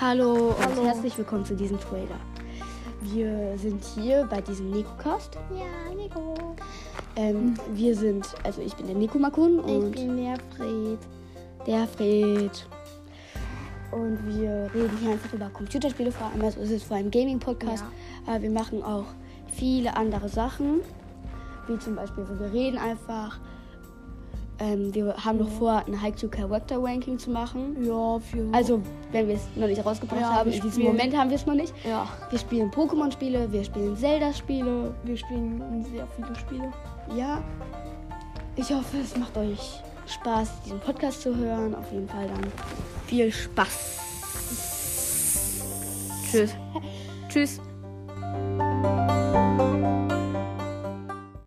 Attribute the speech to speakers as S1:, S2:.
S1: Hallo und
S2: Hallo.
S1: herzlich willkommen zu diesem Trailer. Wir sind hier bei diesem Nikocast.
S2: Ja, Nico.
S1: Ähm, Wir sind, also ich bin der Nico Makun
S2: Mhm. Ich
S1: und
S2: bin der Fred.
S1: der Fred. Und wir reden hier einfach über Computerspiele, vor allem, also es ist vor allem Gaming-Podcast, aber wir machen auch viele andere Sachen, wie zum Beispiel, wo wir reden einfach. Ähm, wir haben noch vor, ein Hike to Character Ranking zu machen.
S2: Ja, für.
S1: Also, wenn wir es noch nicht rausgebracht
S2: Ja,
S1: haben,
S2: wir
S1: in diesem
S2: spielen-
S1: Moment haben wir es noch nicht.
S2: ja.
S1: Wir spielen Pokémon-Spiele, wir spielen Zelda-Spiele.
S2: Wir spielen sehr viele Spiele.
S1: Ja, ich hoffe, es macht euch Spaß, diesen Podcast zu hören. Auf jeden Fall dann viel Spaß.
S3: Tschüss. Tschüss.